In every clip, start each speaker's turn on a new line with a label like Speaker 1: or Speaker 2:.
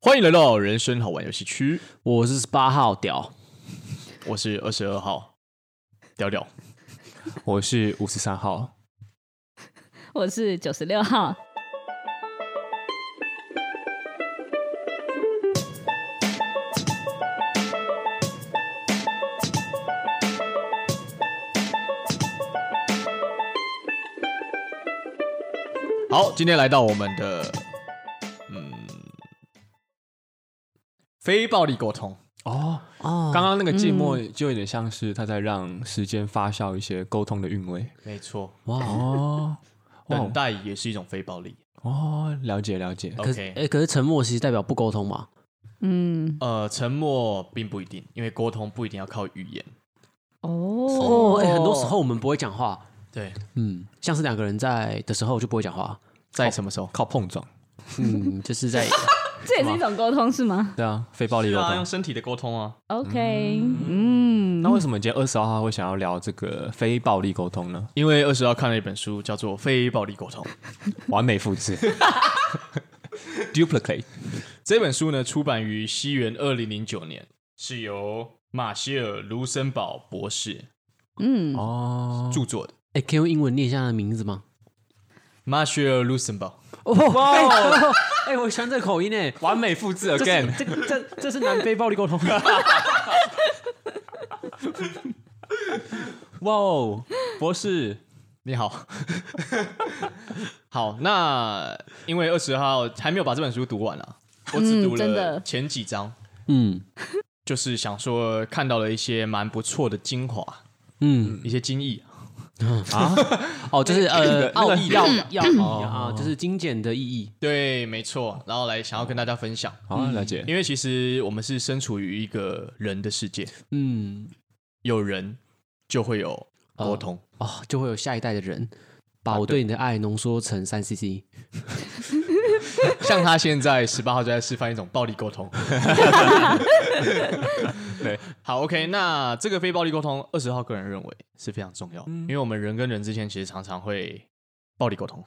Speaker 1: 欢迎来到人生好玩游戏区，
Speaker 2: 我是八号屌，
Speaker 1: 我是二十二号屌屌，
Speaker 3: 我是五十三号，
Speaker 4: 我是九十六号。
Speaker 1: 好，今天来到我们的嗯非暴力沟通，
Speaker 3: 哦，
Speaker 2: 哦
Speaker 3: 刚刚那个静默就有点像是他在让时间发酵一些沟通的韵味。
Speaker 1: 没错，
Speaker 2: 哇，
Speaker 3: 哦，哇
Speaker 1: 等待也是一种非暴力。
Speaker 3: 哦，了解了解。
Speaker 2: 可是哎
Speaker 1: OK，、、
Speaker 2: 可是沉默其实代表不沟通嘛？
Speaker 4: 嗯，
Speaker 1: 呃，沉默并不一定，因为沟通不一定要靠语言。
Speaker 4: 哦
Speaker 2: 哦，哎很多时候我们不会讲话，
Speaker 1: 对，
Speaker 2: 嗯，像是两个人在的时候就不会讲话，
Speaker 1: 在什么时候？
Speaker 3: 靠碰撞，
Speaker 2: 嗯， 就是在
Speaker 4: 这也是一种沟通是吗
Speaker 3: 对啊，非暴力
Speaker 1: 是
Speaker 3: 沟
Speaker 1: 啊，用
Speaker 3: 通。
Speaker 1: 身体的沟通啊。
Speaker 4: ？OK，嗯
Speaker 3: 那为什么今天二十二号会想要聊这个非暴力沟通呢？
Speaker 1: 因为二十号看了一本书，叫做《非暴力沟通》。
Speaker 3: 完美复制 ，duplicate。
Speaker 1: 这本书呢，出版于西元二零零九年，是由马歇尔·卢森堡博士
Speaker 4: 嗯，
Speaker 3: 哦，
Speaker 1: 著作的。
Speaker 2: 哎，可以用英文念一下他的名字吗？
Speaker 1: 马歇尔·卢森堡，
Speaker 2: 哦，哎哦哎，我喜欢这个口音哎，
Speaker 3: 完美复制
Speaker 2: 这
Speaker 3: again
Speaker 2: 是。这这这是南非暴力沟通，
Speaker 3: 哇哦，博士，
Speaker 1: 你好， 好，那因为二十号还没有把这本书读完啊，我只
Speaker 4: 嗯
Speaker 1: 读
Speaker 4: 真
Speaker 1: 了
Speaker 4: 的
Speaker 1: 前几章，
Speaker 2: 嗯
Speaker 1: 就是想说看到了一些蛮不错的精华，
Speaker 2: 嗯，
Speaker 1: 一些精啊义。
Speaker 2: 哦，就是呃，
Speaker 1: 那个
Speaker 2: 奥义要要义啊，就是精简的意义，
Speaker 1: 对，没错，然后来想要跟大家分享，
Speaker 3: 好哦了解。
Speaker 1: 因为其实我们是身处于一个人的世界，
Speaker 2: 嗯，
Speaker 1: 有人就会有沟通。
Speaker 2: 哦，就会有下一代的人把我对你的爱浓缩成三 CC，
Speaker 1: 像他现在十八号就在示范一种暴力沟通。
Speaker 3: 对，
Speaker 1: 好，OK，那这个非暴力沟通，二十号个人认为是非常重要，因为我们人跟人之间其实常常会暴力沟通。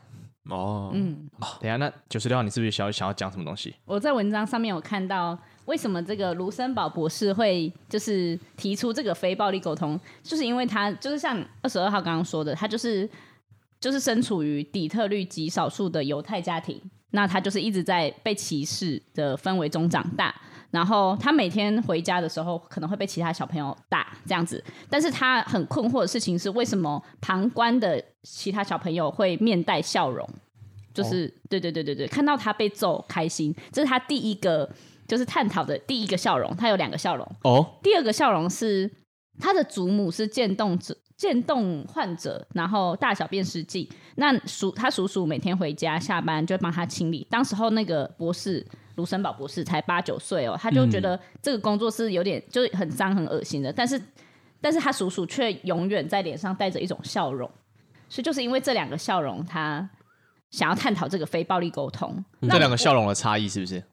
Speaker 3: 哦，
Speaker 4: 嗯，
Speaker 1: 等一下，那九十六号你是不是想要想要讲什么东西？
Speaker 4: 我在文章上面有看到，为什么这个卢森堡博士会就是提出这个非暴力沟通，就是因为他就是像二十二号刚刚说的，他就是就是身处于底特律极少数的犹太家庭，那他就是一直在被歧视的氛围中长大。然后他每天回家的时候，可能会被其他小朋友打这样子，但是他很困惑的事情是，为什么旁观的其他小朋友会面带笑容？就是、对对对对对，看到他被揍开心，这是他第一个就是探讨的第一个笑容。他有两个笑容，
Speaker 1: 哦，
Speaker 4: 第二个笑容是他的祖母是渐冻者。渐冻患者，然后大小便失禁。那叔他叔叔每天回家下班就会帮他清理。当时候那个博士卢森堡博士才八九岁哦，他
Speaker 1: 嗯
Speaker 4: 就觉得这个工作是有点就是很脏很恶心的，但是但是他叔叔却永远在脸上带着一种笑容。所以就是因为这两个笑容，他想要探讨这个非暴力沟通。
Speaker 1: 这两个笑容的差异是不是？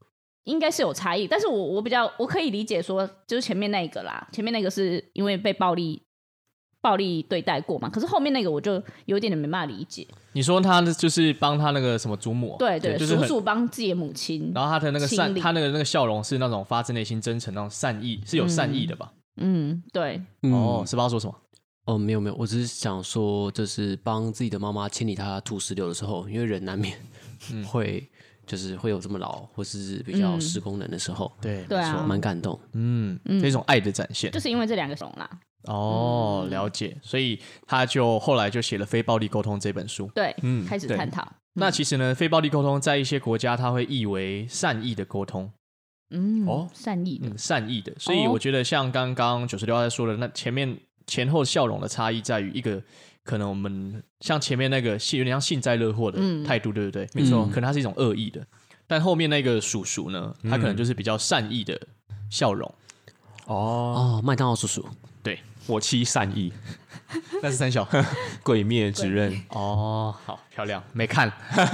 Speaker 4: 应该是有差异，但是我我比较我可以理解说，就是前面那一个啦，前面那个是因为被暴力暴力对待过嘛，可是后面那个我就有点点没办法理解。
Speaker 1: 你说他就是帮他那个什么祖母，啊
Speaker 4: 对对，
Speaker 1: 就是
Speaker 4: 叔
Speaker 1: 很。
Speaker 4: 叔帮自己的母亲，
Speaker 1: 然后他的那个善，
Speaker 4: 心理
Speaker 1: 他那个那个笑容是那种发自内心、真诚那种善意，是有善意的吧？
Speaker 4: 嗯，对，
Speaker 1: 哦，十八号说什么？
Speaker 2: 哦，没有没有，我只是想说，就是帮自己的妈妈清理她土石流的时候，因为人难免 会就是会有这么老或是比较
Speaker 4: 嗯
Speaker 2: 失功能的时候，
Speaker 1: 对
Speaker 4: 对啊
Speaker 2: 蛮感动。
Speaker 1: 嗯，这种爱的展现
Speaker 4: 就。是因为这两个种啦，
Speaker 1: 哦，了解，所以他就后来就写了《非暴力沟通》这本书。
Speaker 4: 对，开始
Speaker 3: 嗯对
Speaker 4: 探讨，
Speaker 1: 嗯那其实呢，非暴力沟通在一些国家，它会译为善意的沟通，
Speaker 4: 嗯，
Speaker 1: 哦
Speaker 4: 善意的，
Speaker 1: 嗯，善意的。所以我觉得，像刚刚九十六在说的，那前面前后笑容的差异在于一个，可能我们像前面那个幸有点像幸灾乐祸的态度，对不对？没错，可能它是一种恶意的，但后面那个叔叔呢，他可能就是比较善意的笑 容。
Speaker 3: 哦，
Speaker 2: 哦，麦当劳叔叔，
Speaker 1: 对，
Speaker 3: 我妻善意，
Speaker 1: 那是三小。
Speaker 3: 鬼灭之刃。
Speaker 1: 哦，好漂亮，没看。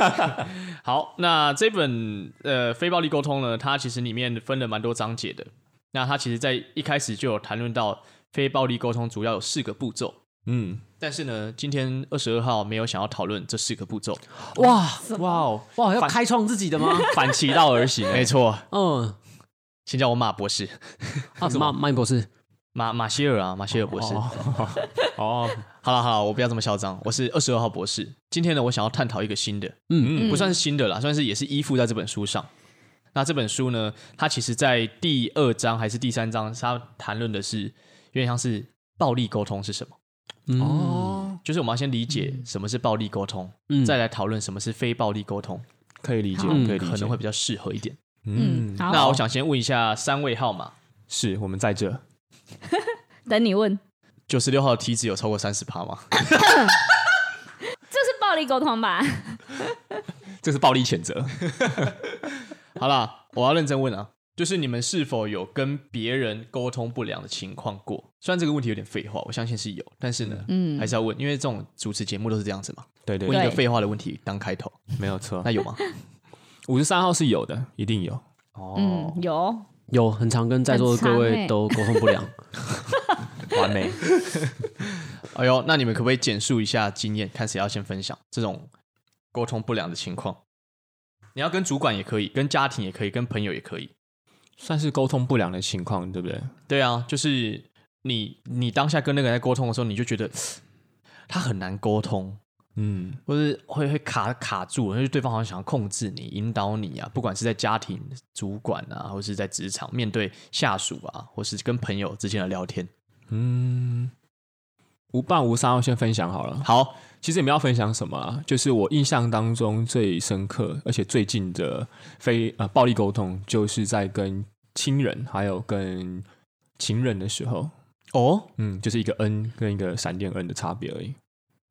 Speaker 1: 好，那这本呃《非暴力沟通》呢，它其实里面分了蛮多章节的。那它其实在一开始就有谈论到非暴力沟通主要有四个步骤。
Speaker 3: 嗯，
Speaker 1: 但是呢，今天二十二号没有想要讨论这四个步骤，
Speaker 2: 哇
Speaker 1: 哇哦，
Speaker 2: 哇，要
Speaker 1: 反
Speaker 2: 开创自己的吗？
Speaker 1: 反其道而行，没错，
Speaker 2: 嗯，
Speaker 1: 请叫我马博士，
Speaker 2: 啊，马马博士，
Speaker 1: 马马歇尔啊，马歇尔博士。
Speaker 3: 哦，
Speaker 1: 好了好了，我不要这么嚣张，我是二十二号博士。今天呢，我想要探讨一个新的，
Speaker 2: 嗯
Speaker 1: 不算是新的啦，算是也是依附在这本书上。那这本书呢，它其实在第二章还是第三章，它谈论的是有点像是暴力沟通是什么，
Speaker 2: 嗯，
Speaker 3: 哦，
Speaker 1: 就是我们要先理解什么是暴力沟通，
Speaker 2: 嗯
Speaker 1: 再来讨论什么是非暴力沟通，
Speaker 3: 可以理解，
Speaker 4: 好
Speaker 3: 可以理解，
Speaker 1: 嗯可能会比较适合一点。
Speaker 4: 嗯，好，
Speaker 1: 那我想先问一下三位号码，
Speaker 3: 是我们在这，
Speaker 4: 等你问，
Speaker 1: 九十六号的体脂有超过三十趴 吗？
Speaker 4: 这是暴力沟通吧？
Speaker 3: 这是暴力谴责，
Speaker 1: 好啦，我要认真问啊，就是你们是否有跟别人沟通不良的情况过？虽然这个问题有点废话，我相信是有，但是呢，
Speaker 4: 嗯
Speaker 1: 还是要问，因为这种主持节目都是这样子嘛，
Speaker 3: 对对
Speaker 1: 问一
Speaker 3: 对，
Speaker 1: 个废话的问题当开头，
Speaker 3: 没有错
Speaker 1: 那。有吗？
Speaker 3: 五十三号是有的，一定有。
Speaker 1: 哦
Speaker 4: 嗯，，有，
Speaker 2: 有很常跟在座的各
Speaker 4: 很常
Speaker 2: 位
Speaker 4: 欸
Speaker 2: 都沟通不良，
Speaker 3: 完 美。
Speaker 1: 哎呦，那你们可不可以简述一下经验，看谁要先分享这种沟通不良的情况？你要跟主管也可以，跟家庭也可以，跟朋友也可以。
Speaker 3: 算是沟通不良的情况，对不对？
Speaker 1: 对啊，就是你你当下跟那个人在沟通的时候，你就觉得 他很难沟通，
Speaker 3: 嗯，
Speaker 1: 或是会会卡卡住，因为对方好像想要控制你、引导你啊，不管是在家庭、主管啊，或是在职场面对下属啊，或是跟朋友之间的聊天。
Speaker 3: 嗯无伴无三号先分享好了。
Speaker 1: 好，
Speaker 3: 其实也没有分享什么啦，就是我印象当中最深刻，而且最近的非呃暴力沟通，就是在跟亲人还有跟情人的时候，
Speaker 1: 哦，
Speaker 3: 嗯，就是一个 N 跟一个闪电 N 的差别而已。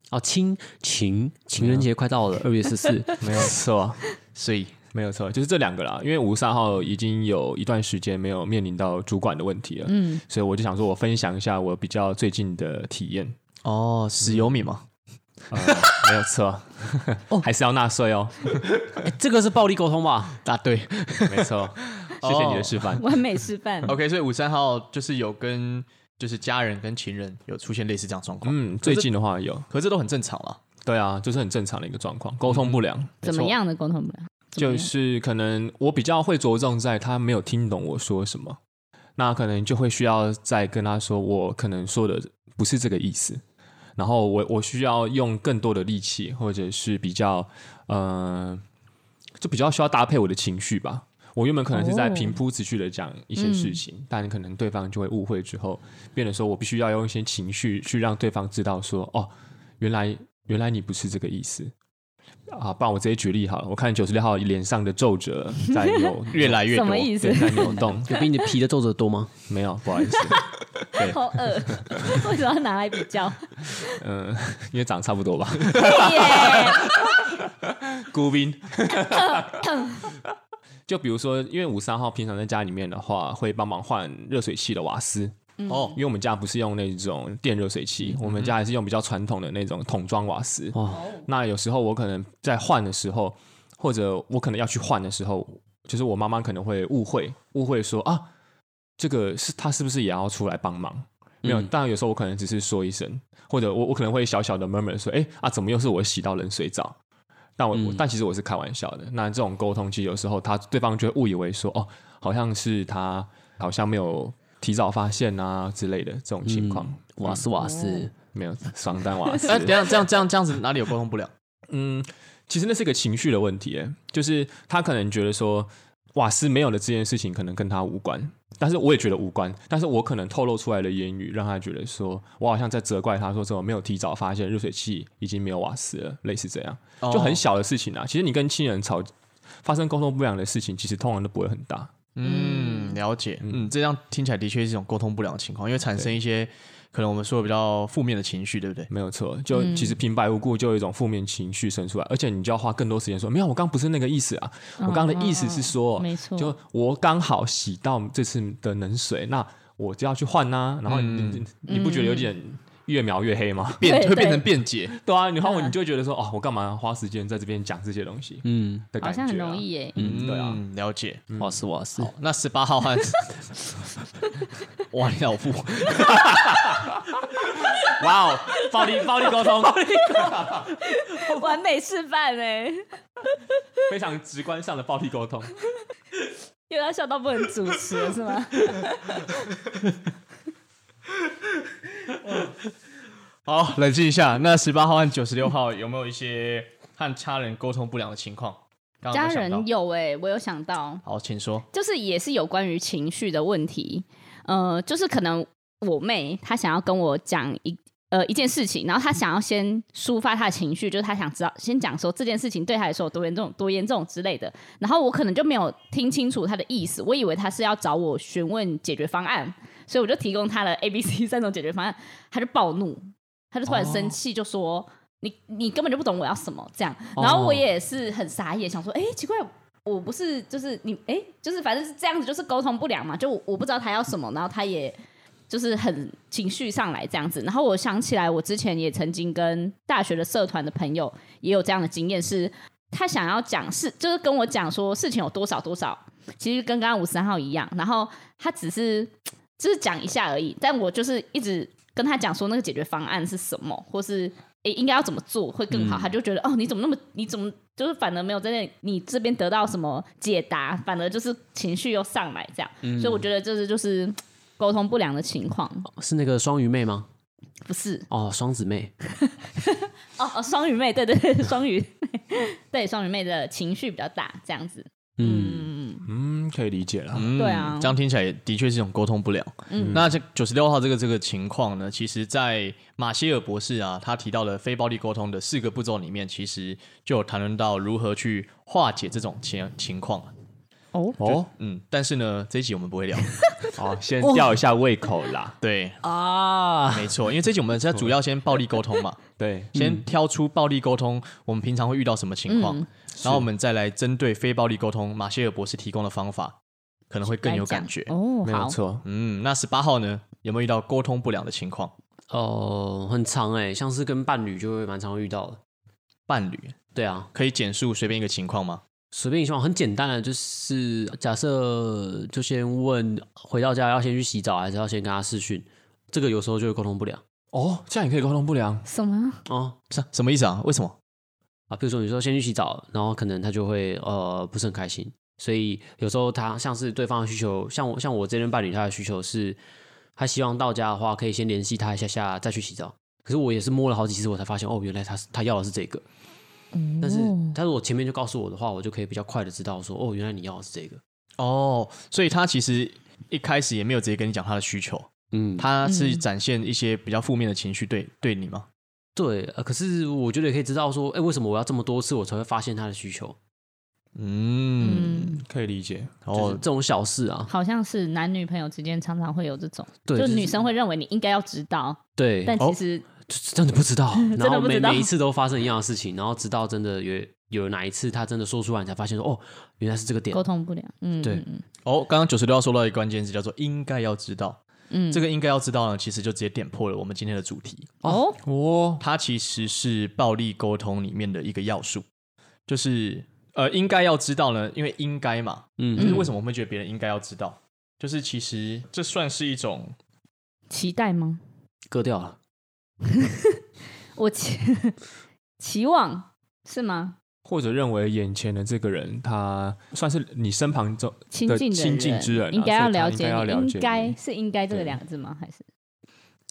Speaker 2: 哦，亲情情人节快到了，二月十四，哎
Speaker 3: 没有错，
Speaker 1: 所以
Speaker 3: 没有错，就是这两个啦。因为五十三号已经有一段时间没有面临到主管的问题了，
Speaker 4: 嗯，
Speaker 3: 所以我就想说，我分享一下我比较最近的体验。
Speaker 1: 哦，死有米嘛，
Speaker 3: 呃，没有错， 还是要纳税哦。
Speaker 2: 哎这个是暴力沟通吧？
Speaker 1: 答对。
Speaker 3: 没错，谢谢你的示范。
Speaker 4: 完美示范，
Speaker 1: 嗯 OK，所以五三号就是有跟就是家人跟情人有出现类似这样的状况，
Speaker 3: 嗯，最近的话有，
Speaker 1: 可是这都很正常啦。嗯
Speaker 3: 对啊，就是很正常的一个状况，沟通不良，
Speaker 4: 怎么样的沟通不良？怎么
Speaker 3: 就
Speaker 4: 样
Speaker 3: 是可能我比较会着重在他没有听懂我说什么，那可能就会需要再跟他说，我可能说的不是这个意思，然后我我需要用更多的力气，或者是比较，呃，就比较需要搭配我的情绪吧。我原本可能是在
Speaker 4: 哦嗯
Speaker 3: 平铺直叙的讲一些事情，但可能对方就会误会之后，变得说我必须要用一些情绪去让对方知道说，哦，原来原来你不是这个意思啊！不然我直接举例好了，我看九十六号脸上的皱褶在扭，
Speaker 1: 越来越
Speaker 4: 什
Speaker 1: 多
Speaker 4: 么，意思
Speaker 3: 对？在扭动，
Speaker 2: 有比你的皮的皱褶多 吗？
Speaker 3: 没有，不好意思，
Speaker 4: 好恶， 为什么要拿来比较？
Speaker 3: 嗯， 因为长得差不多吧。 哦
Speaker 4: 耶，
Speaker 1: 孤兵
Speaker 3: 就比如说，因为五三号平常在家里面的话，会帮忙换热水器的瓦斯，
Speaker 4: 嗯
Speaker 1: 哦
Speaker 3: 因为我们家不是用那种电热水器，我们家还是用比较传统的那种桶装瓦斯。
Speaker 2: 哇，
Speaker 3: 那有时候我可能在换的时候，或者我可能要去换的时候，就是我妈妈可能会误会，误会说啊，这个是她是不是也要出来帮忙？没
Speaker 2: 嗯
Speaker 3: 有，当然有时候我可能只是说一声，或者我我可能会小小的 murmur 说，哎啊，怎么又是我洗到冷水澡？但我、
Speaker 2: 嗯
Speaker 3: 我但其实我是开玩笑的。那这种沟通，其实有时候他对方就会误以为说，哦，好像是他好像没有提早发现啊之类的这种情况，
Speaker 2: 嗯
Speaker 3: 嗯
Speaker 2: 瓦斯瓦斯，
Speaker 3: 没有爽单瓦斯。
Speaker 1: 哎，等一下这样这样这样子哪里有沟通不良？
Speaker 3: 嗯，其实那是一个情绪的问题耶，就是他可能觉得说瓦斯没有的这件事情可能跟他无关，但是我也觉得无关，但是我可能透露出来的言语让他觉得说我好像在责怪他，说怎么没有提早发现热水器已经没有瓦斯了，类似这样，
Speaker 1: 哦
Speaker 3: 就很小的事情啊。其实你跟亲人吵，发生沟通不良的事情，其实通常都不会很大。
Speaker 1: 嗯，了解。嗯，这样听起来的确是一种沟通不良的情况，因为产生一些可能我们说的比较负面的情绪，对不对？
Speaker 3: 没有错，就其实平白无故就有一种负面情绪生出来，而且你就要花更多时间说，没有，我刚不是那个意思啊，我刚的意思是
Speaker 4: 嗯
Speaker 3: 说，
Speaker 4: 嗯嗯没错
Speaker 3: 就我刚好洗到这次的冷水，那我就要去换呐、然后你、
Speaker 4: 嗯
Speaker 3: 你你不觉得有点越描越黑 吗？
Speaker 1: 变
Speaker 4: 对
Speaker 1: 会变
Speaker 4: 对
Speaker 1: 成辩解，
Speaker 3: 对啊，然后你就会觉得说，哦，我干嘛花时间在这边讲这些东西
Speaker 2: 嗯，
Speaker 3: 的
Speaker 4: 好
Speaker 3: 感觉、
Speaker 4: 像
Speaker 3: 啊？
Speaker 4: 很容易耶。
Speaker 3: 嗯，对啊，
Speaker 1: 嗯，了解。
Speaker 2: 瓦斯瓦斯，
Speaker 1: 那十八 号和哇，你老父，
Speaker 3: 哇哦，暴力暴力 沟通，
Speaker 4: 完美示范哎、
Speaker 3: 非常直观上的暴力沟通。
Speaker 4: 又要笑到不能主持了是 吗？
Speaker 1: 好，冷静一下。那十八号和九十六号有没有一些和家人沟通不良的情况？刚刚
Speaker 4: 家
Speaker 1: 有想到
Speaker 4: 人有哎、我有想到，
Speaker 1: 好，请说。
Speaker 4: 就是也是有关于情绪的问题。呃，就是可能我妹她想要跟我讲一呃一件事情，然后她想要先抒发她的情绪，就是她想知道先讲说这件事情对她来说有多严重、多严重之类的。然后我可能就没有听清楚她的意思，我以为她是要找我询问解决方案，所以我就提供她的 A、B、C 三种解决方案，她就暴怒，她就突然生气，就说。你你根本就不懂我要什么这样，然后我也是很傻眼，想说，哎、奇怪，我不是就是你哎、就是反正是这样子，就是沟通不良嘛，就我我不知道他要什么，然后他也就是很情绪上来这样子。然后我想起来，我之前也曾经跟大学的社团的朋友也有这样的经验，是他想要讲事，就是跟我讲说事情有多少多少，其实跟刚刚五十三号一样，然后他只是就是讲一下而已，但我就是一直跟他讲说那个解决方案是什么，或是。诶，应该要怎么做会更好？他就觉得哦，你怎么那么，你怎么就是反而没有在那你这边得到什么解答，反而就是情绪又上来这样，所以我觉得这是就是沟通不良的情况，
Speaker 2: 是那个双鱼妹吗？
Speaker 4: 不是
Speaker 2: 哦，双子妹，
Speaker 4: 哦哦，双鱼妹， 对对对，双鱼，对双鱼妹的情绪比较大，这样子，
Speaker 2: 嗯，
Speaker 3: 嗯，可以理解了。
Speaker 1: 嗯
Speaker 4: 对啊
Speaker 1: 这样听起来也的确是一种沟通不良。嗯，那这九十六号这个这个情况呢，其实，在马歇尔博士啊，他提到的非暴力沟通的四个步骤里面，其实就有谈论到如何去化解这种情情况。
Speaker 4: 哦
Speaker 3: 哦，
Speaker 1: 嗯，但是呢，这一集我们不会聊。
Speaker 3: 好，哦先吊一下胃口啦。
Speaker 1: 对，
Speaker 2: 啊，
Speaker 1: 没错，因为这集我们在主要先暴力沟 通嘛，
Speaker 4: 嗯
Speaker 3: 对，
Speaker 1: 先挑出暴力沟通我们平常会遇到什么情况，
Speaker 4: 嗯
Speaker 1: 然后我们再来针对非暴力沟通马歇尔博士提供的方法，可能会更有感觉。
Speaker 4: 哦，
Speaker 3: 没有
Speaker 4: 好，
Speaker 3: 错。
Speaker 1: 嗯，那十八号呢？有没有遇到沟通不良的情况？
Speaker 2: 哦，很长哎，像是跟伴侣就会蛮常遇到的。
Speaker 1: 伴侣
Speaker 2: 对啊，
Speaker 1: 可以简述随便一个情况吗？
Speaker 2: 随便一说，很简单的，就是假设就先问回到家要先去洗澡，还是要先跟他视讯，这个有时候就会沟通不良
Speaker 3: 哦，这样也可以沟通不良。
Speaker 4: 什么？
Speaker 2: 哦。
Speaker 1: 是啊什么意思啊？为什么？
Speaker 2: 啊，比如说你说先去洗澡，然后可能他就会呃不是很开心，所以有时候他像是对方的需求，像我像我这边伴侣他的需求是，他希望到家的话可以先联系他一下下再去洗澡。可是我也是摸了好几次，我才发现哦，原来他是他要的是这个。但是
Speaker 4: 哦
Speaker 2: 他如果前面就告诉我的话，我就可以比较快的知道说哦，原来你要的是这个。
Speaker 1: 哦，所以他其实一开始也没有直接跟你讲他的需求，
Speaker 2: 嗯，
Speaker 1: 他是展现一些比较负面的情绪对对你吗？
Speaker 2: 对、呃可是我觉得也可以知道说，哎，为什么我要这么多次我才会发现他的需求？
Speaker 1: 嗯，
Speaker 4: 嗯，
Speaker 3: 可以理解，
Speaker 2: 就是
Speaker 1: 哦
Speaker 2: 这，种小事啊，
Speaker 4: 好像是男女朋友之间常常会有这种，
Speaker 2: 对，
Speaker 4: 就是女生会认为你应该要知道，
Speaker 2: 对，哦
Speaker 4: 但其实
Speaker 2: 就是真的不知 道，然后
Speaker 4: 不
Speaker 2: 每
Speaker 4: 知道
Speaker 2: 每一次都发生一样的事情，然后直到真的有有哪一次他真的说出来，你才发现说哦，原来是这个点
Speaker 4: 沟。通不良，嗯，
Speaker 2: 对
Speaker 4: 嗯嗯
Speaker 1: 哦，刚刚九十六号说到一个关键字叫做应该要知道，
Speaker 4: 嗯
Speaker 1: 这个应该要知道呢，其实就直接点破了我们今天的主题，
Speaker 4: 哦，
Speaker 3: 哦，
Speaker 1: 它其实是暴力沟通里面的一个要素，就是呃应该要知道呢，因为应该嘛，就是
Speaker 2: 嗯，
Speaker 1: 为什么我们会觉得别人应该要知道，就是其实这算是一种
Speaker 4: 期待吗？
Speaker 2: 割掉了。
Speaker 4: 我期 期望是吗？
Speaker 3: 或者认为眼前的这个人，他算是你身旁中
Speaker 4: 亲近的
Speaker 3: 亲近之人啊
Speaker 4: 应该要
Speaker 3: 所以他
Speaker 4: 了解
Speaker 3: 应该要
Speaker 4: 你，
Speaker 3: 了解
Speaker 4: 应该
Speaker 3: 你
Speaker 4: 是应该这个两个字吗？还是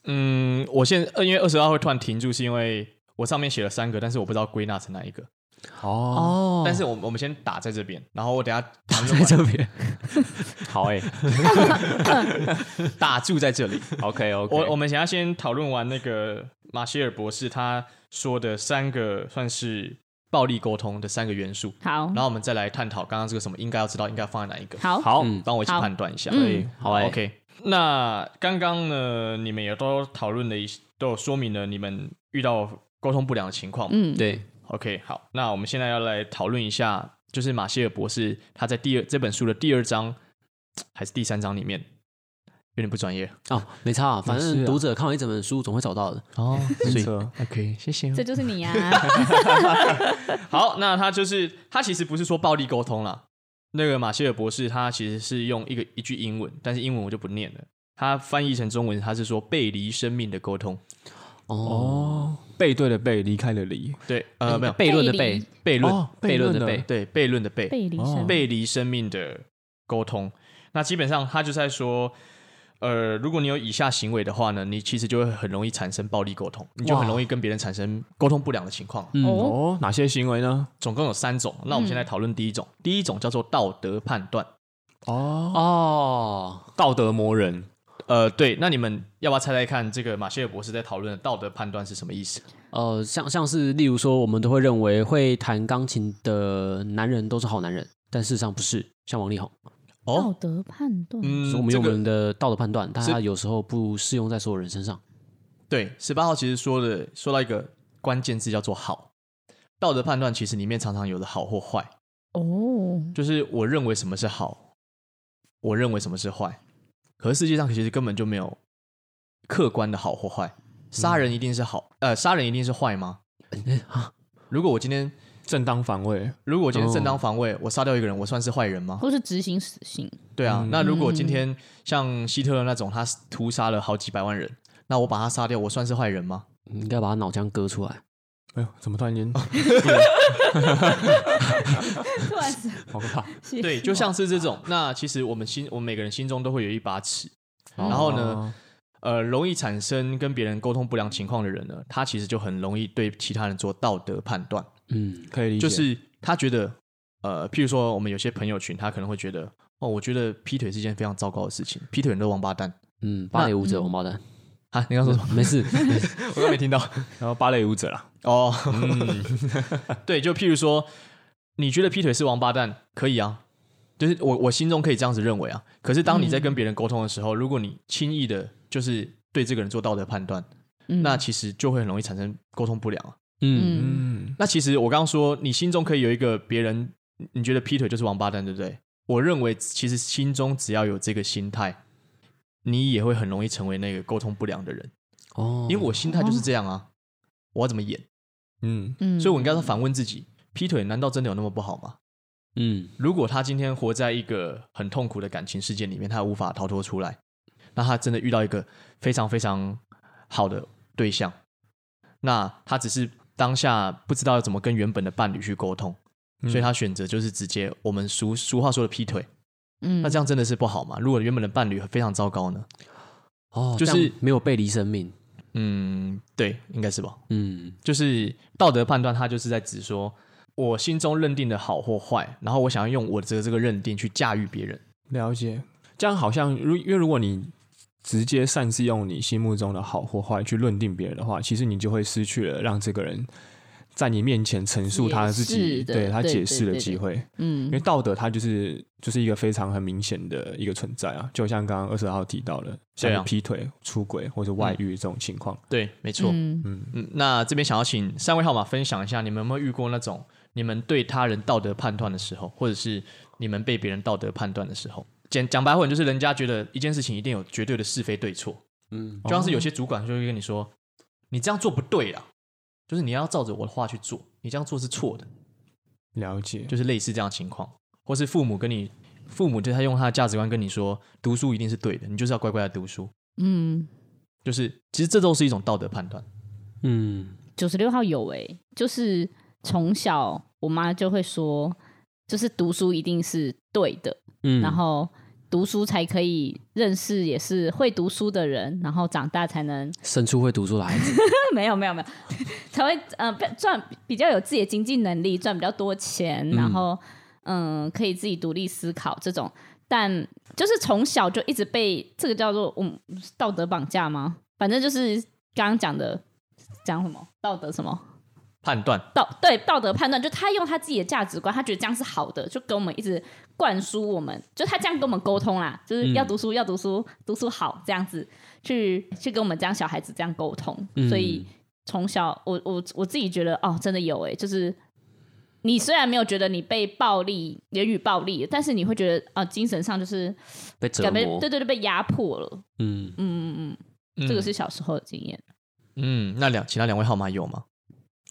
Speaker 1: 嗯，我现呃因为二十二会突然停住，是因为我上面写了三个，但是我不知道归纳成哪一个。
Speaker 3: 哦，
Speaker 2: 哦
Speaker 1: 但是我我们先打在这边，然后我等下
Speaker 2: 打在这边，
Speaker 3: 好 哎
Speaker 1: 打住在这里。
Speaker 3: ，OK OK，
Speaker 1: 我我们想要先讨论完那个马歇尔博士他说的三个算是暴力沟通的三个元素，
Speaker 4: 好
Speaker 1: 然后我们再来探讨刚刚这个什么应该要知道，应该放在哪一个。
Speaker 4: 好
Speaker 3: 好，
Speaker 2: 嗯
Speaker 1: 帮我一起
Speaker 4: 好
Speaker 1: 判断一下。
Speaker 4: 嗯
Speaker 1: 可
Speaker 4: 可
Speaker 1: 以
Speaker 4: 以，
Speaker 2: 好欸
Speaker 1: OK，那刚刚呢，你们也都讨论了一，都有说明了你们遇到沟通不良的情况。
Speaker 4: 嗯，
Speaker 2: 对，
Speaker 1: OK，好，那我们现在要来讨论一下，就是马歇尔博士他在第二这本书的第二章还是第三章里面，有点不专业
Speaker 2: 哦，没差啊，反
Speaker 3: 没事
Speaker 2: 正
Speaker 3: 啊
Speaker 2: 读者看完一整本书总会找到的。
Speaker 1: 哦，
Speaker 3: 没错，
Speaker 1: OK，谢谢。哦
Speaker 4: 这就是你呀、啊
Speaker 1: 好，那他就是他其实不是说暴力沟通啦，那个马歇尔博士他其实是用一个一句英文，但是英文我就不念了，他翻译成中文他是说背离生命的沟通。
Speaker 2: 哦，
Speaker 3: 背对的背，离开的离。
Speaker 1: 对，呃，没有
Speaker 2: 悖论的
Speaker 4: 嗯背离
Speaker 2: 悖，
Speaker 1: 悖论，
Speaker 3: 哦
Speaker 2: 悖论
Speaker 3: 悖论
Speaker 2: 的
Speaker 3: 的
Speaker 2: 悖，
Speaker 1: 对悖论的悖，
Speaker 4: 背离
Speaker 3: 哦
Speaker 4: 生
Speaker 1: 背离生命的沟通。那基本上他就在说，呃，如果你有以下行为的话呢，你其实就会很容易产生暴力沟通，你就很容易跟别人产生沟通不良的情况。
Speaker 2: 嗯
Speaker 4: 哦，
Speaker 3: 哦，哪些行为呢？
Speaker 1: 总共有三种，那我们先来讨论第一种，第一种叫做道德判断。
Speaker 3: 哦，
Speaker 2: 哦，
Speaker 3: 道德魔人。
Speaker 1: 呃，对，那你们要不要猜猜看，这个马歇尔博士在讨论的道德判断是什么意思？
Speaker 2: 呃，像像是例如说，我们都会认为会弹钢琴的男人都是好男人，但事实上不是。像王力宏，
Speaker 4: 道德判断，
Speaker 1: 哦嗯
Speaker 2: 所哦以我们
Speaker 1: 这
Speaker 2: 用我
Speaker 1: 个
Speaker 2: 们的道德判断，但
Speaker 1: 是
Speaker 2: 它有时候不适用在所有人身上。
Speaker 1: 对，十八号其实说的说到一个关键字叫做好，道德判断其实里面常常有的好或坏，
Speaker 4: 哦，
Speaker 1: 就是我认为什么是好，我认为什么是坏，可是世界上其实根本就没有客观的好或坏。杀人一定是好，呃，杀人一定是坏吗？
Speaker 2: 嗯
Speaker 1: 如果我今天，
Speaker 3: 正当防卫，
Speaker 1: 如果我今天
Speaker 2: 哦
Speaker 1: 正当防卫，我杀掉一个人，我算是坏人吗？
Speaker 4: 或是执行死刑，
Speaker 1: 对啊，
Speaker 3: 嗯
Speaker 1: 那如果今天像希特勒那种，他屠杀了好几百万人，那我把他杀掉，我算是坏人吗？
Speaker 2: 你应该把他脑浆割出来。
Speaker 3: 哎呦，怎么突然 间
Speaker 4: 突然死
Speaker 3: 好可怕？
Speaker 4: 刑
Speaker 1: 对，就像是这种。那其实我们心，我们每个人心中都会有一把尺。
Speaker 4: 哦
Speaker 2: 然
Speaker 1: 后
Speaker 3: 哦
Speaker 1: 呢呃，容易产生跟别人沟通不良情况的人呢，他其实就很容易对其他人做道德判断，
Speaker 2: 嗯
Speaker 3: 哦？可以理解，
Speaker 1: 就是他觉得，呃，譬如说我们有些朋友群，他可能会觉得，哦，我觉得劈腿是一件非常糟糕的事情，劈腿人都王八蛋
Speaker 2: 嗯，芭蕾舞者王八蛋，
Speaker 1: 啊！你刚刚说什么？
Speaker 2: 没事，没事
Speaker 1: 我都没听到。
Speaker 3: 然后芭蕾舞者 啦，
Speaker 1: 哦，对，就譬如说，你觉得劈腿是王八蛋，可以啊，就是我我心中可以这样子认为啊。可是当你在跟别人沟通的时候，如果你轻易的，就是对这个人做道德判断，
Speaker 4: 嗯
Speaker 1: 那其实就会很容易产生沟通不良啊。
Speaker 2: 嗯
Speaker 4: 嗯，
Speaker 3: 嗯，
Speaker 1: 那其实我刚刚说，你心中可以有一个别人，你觉得劈腿就是王八蛋，对不对？我认为其实心中只要有这个心态，你也会很容易成为那个沟通不良的人，
Speaker 2: 哦，
Speaker 1: 因为我心态就是这样啊，我要怎么演？
Speaker 3: 嗯，
Speaker 4: 嗯
Speaker 1: 所以我应该是反问自己：劈腿难道真的有那么不好吗？
Speaker 2: 嗯
Speaker 1: 如果他今天活在一个很痛苦的感情事件里面，他无法逃脱出来，那他真的遇到一个非常非常好的对象，那他只是当下不知道要怎么跟原本的伴侣去沟通，
Speaker 3: 嗯
Speaker 1: 所以他选择就是直接我们俗俗话说的劈腿。
Speaker 4: 嗯
Speaker 1: 那这样真的是不好吗？如果原本的伴侣非常糟糕呢？
Speaker 2: 哦，
Speaker 1: 就是
Speaker 2: 这样没有背离生命。
Speaker 1: 嗯，对，应该是吧。
Speaker 2: 嗯
Speaker 1: 就是道德判断，它就是在指说我心中认定的好或坏，然后我想要用我的这个认定去驾驭别人。
Speaker 3: 了解。这样好像，如因为如果你直接擅自用你心目中的好或坏去论定别人的话，其实你就会失去了让这个人在你面前陈述他自
Speaker 4: 解
Speaker 3: 己
Speaker 4: 释的
Speaker 3: 对他
Speaker 4: 对
Speaker 3: 解
Speaker 4: 对
Speaker 3: 释
Speaker 4: 对
Speaker 3: 的
Speaker 4: 对
Speaker 3: 机会。因
Speaker 4: 嗯
Speaker 3: 为道德它就是就是一个非常很明显的一个存在啊，就像刚刚二十号提到的，像
Speaker 1: 对啊
Speaker 3: 是劈腿、出轨或者外遇这种情况。
Speaker 1: 对，没错。嗯
Speaker 4: 嗯
Speaker 1: 那这边想要请三位号码分享一下，你们有没有遇过那种你们对他人道德判断的时候，或者是你们被别人道德判断的时候？讲讲白话文就是，人家觉得一件事情一定有绝对的是非对错，
Speaker 2: 嗯
Speaker 1: 就像是有些主管就会跟你说，你这样做不对啦，就是你要照着我的话去做，你这样做是错的。
Speaker 4: 嗯
Speaker 3: 了解，
Speaker 1: 就是类似这样的情况，或是父母跟你父母对他用他的价值观跟你说，读书一定是对的，你就是要乖乖的读书，
Speaker 4: 嗯，
Speaker 1: 就是其实这都是一种道德判断。
Speaker 2: 嗯
Speaker 4: 九十六号有诶、就是从小我妈就会说，就是读书一定是对的，
Speaker 2: 嗯，
Speaker 4: 然后读书才可以认识也是会读书的人，然后长大才能
Speaker 2: 生出会读书的孩子。
Speaker 4: 没有没有没有才会呃比赚比较有自己的经济能力，赚比较多钱，然后嗯、可以自己独立思考这种，但就是从小就一直被这个叫做嗯道德绑架吗？反正就是刚刚讲的讲什么道德什么。
Speaker 1: 判断
Speaker 4: 道对道德判断，就他用他自己的价值观，他觉得这样是好的，就跟我们一直灌输我们，就他这样跟我们沟通啦，
Speaker 2: 嗯
Speaker 4: 就是要读书，要读书，读书好这样子，去去跟我们这样小孩子这样沟通。
Speaker 2: 嗯
Speaker 4: 所以从小，我我我自己觉得，哦，真的有诶、就是你虽然没有觉得你被暴力言语暴力，但是你会觉得啊、精神上就是
Speaker 2: 被折
Speaker 4: 感觉
Speaker 2: 磨
Speaker 4: 对，对对被压迫了。
Speaker 2: 嗯，
Speaker 4: 嗯嗯嗯，这个是小时候的经验。
Speaker 1: 嗯，那两其他两位号码有吗？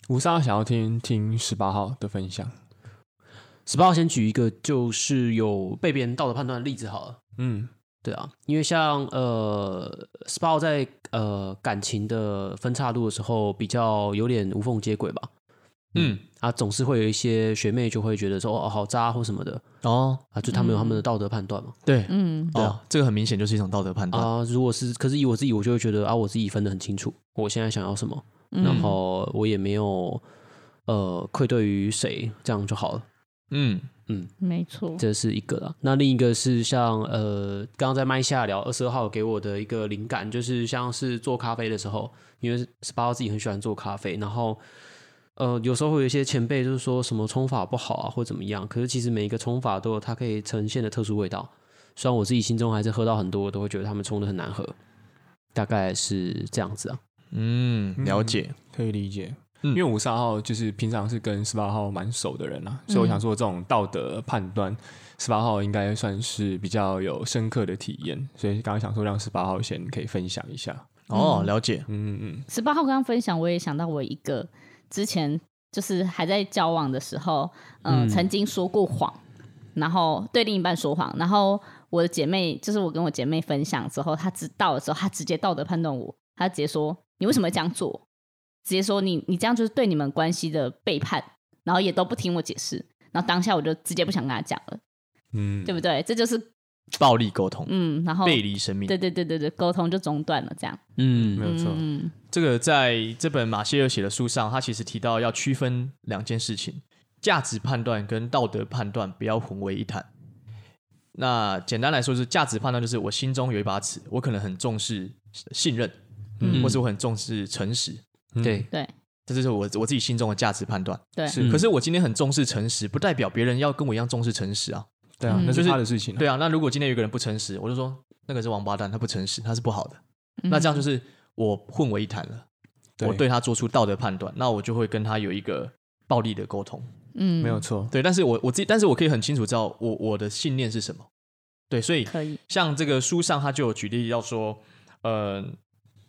Speaker 3: 吴莎想要听听十八号的分享。
Speaker 2: 十八号先举一个，就是有被别人道德判断的例子好了。
Speaker 3: 嗯，
Speaker 2: 对啊，因为像呃 s p a 在呃感情的分岔路的时候，比较有点无缝接轨吧。
Speaker 1: 嗯，
Speaker 2: 啊，总是会有一些学妹就会觉得说哦好渣或什么的
Speaker 1: 哦，
Speaker 2: 啊，就他们有他们的道德判断嘛。
Speaker 1: 对，
Speaker 4: 嗯，
Speaker 2: 对
Speaker 1: 哦
Speaker 2: 啊，
Speaker 1: 这个很明显就是一种道德判断。
Speaker 2: 啊，如果是可是以我自己，我就会觉得啊，我自己分得很清楚，我现在想要什么，然
Speaker 4: 嗯
Speaker 2: 后我也没有呃愧对于谁，这样就好了。
Speaker 1: 嗯，
Speaker 4: 没错，
Speaker 2: 这是一个啦。那另一个是像呃，刚刚在麦下聊二十二号给我的一个灵感，就是像是做咖啡的时候，因为十八号自己很喜欢做咖啡，然后呃，有时候会有一些前辈就是说什么冲法不好啊，或怎么样，可是其实每一个冲法都有它可以呈现的特殊味道。虽然我自己心中还是喝到很多，都会觉得他们冲的很难喝，大概是这样子啊。
Speaker 1: 嗯，了解。
Speaker 3: 可以理解。
Speaker 1: 嗯
Speaker 3: 因为五十二号就是平常是跟十八号蛮熟的人啦、所以我想说这种道德判断，十八号应该算是比较有深刻的体验，所以刚刚想说让十八号先可以分享一下。
Speaker 1: 哦，了解。
Speaker 3: 嗯嗯
Speaker 4: 十八号刚刚分享，我也想到我一个之前就是还在交往的时候，嗯，曾经说过谎，然后对另一半说谎，然后我的姐妹就是我跟我姐妹分享之后，她知道的时候，她直接道德判断我，她直接说你为什么这样做，直接说你你这样就是对你们关系的背叛，然后也都不听我解释，然后当下我就直接不想跟她讲了，
Speaker 3: 嗯
Speaker 4: 对，不对？这就是
Speaker 1: 暴力沟通，
Speaker 4: 嗯，然后
Speaker 1: 背离生命。
Speaker 4: 对对对对对，沟通就中断了，这样，
Speaker 2: 嗯
Speaker 3: 没有错。
Speaker 4: 嗯，
Speaker 1: 这个在这本马歇尔写的书上，他其实提到要区分两件事情：价值判断跟道德判断不要混为一谈。那简单来说，是价值判断就是我心中有一把尺，我可能很重视信任，
Speaker 2: 嗯
Speaker 1: 或是我很重视诚实，
Speaker 3: 嗯
Speaker 2: 对，
Speaker 4: 对
Speaker 1: 这就是我我自己心中的价值判断。
Speaker 4: 对，
Speaker 3: 是嗯
Speaker 1: 可是我今天很重视诚实，不代表别人要跟我一样重视诚实啊。
Speaker 3: 对啊，
Speaker 4: 嗯
Speaker 3: 那是
Speaker 1: 就是
Speaker 3: 他的事情啊、
Speaker 1: 对啊，那如果今天有一个人不诚实，我就说那个是王八蛋，他不诚实，他是不好的。
Speaker 4: 嗯
Speaker 1: 那这样就是我混为一谈了。我对他做出道德判断，那我就会跟他有一个暴力的沟通。
Speaker 4: 嗯，
Speaker 3: 没有错。
Speaker 1: 对，但是我我自己，但是我可以很清楚知道我我的信念是什么。对，所以
Speaker 4: 可以，
Speaker 1: 像这个书上他就有举例要说，呃，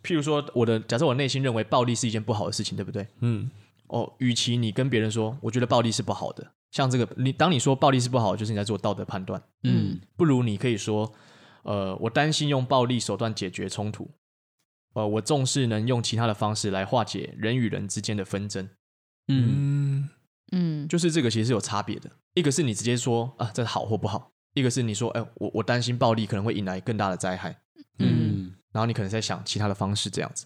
Speaker 1: 譬如说我的假设我内心认为暴力是一件不好的事情，对不对？
Speaker 3: 嗯，
Speaker 1: 哦，与其你跟别人说我觉得暴力是不好的，像这个你当你说暴力是不好，就是你在做道德判断，
Speaker 2: 嗯
Speaker 1: 不如你可以说，呃，我担心用暴力手段解决冲突，呃，我重视能用其他的方式来化解人与人之间的纷争。
Speaker 2: 嗯
Speaker 3: 嗯，
Speaker 4: 嗯，
Speaker 1: 就是这个其实是有差别的，一个是你直接说啊这好或不好，一个是你说哎、我我担心暴力可能会引来更大的灾害，
Speaker 4: 嗯，
Speaker 2: 嗯
Speaker 1: 然后你可能在想其他的方式这样子。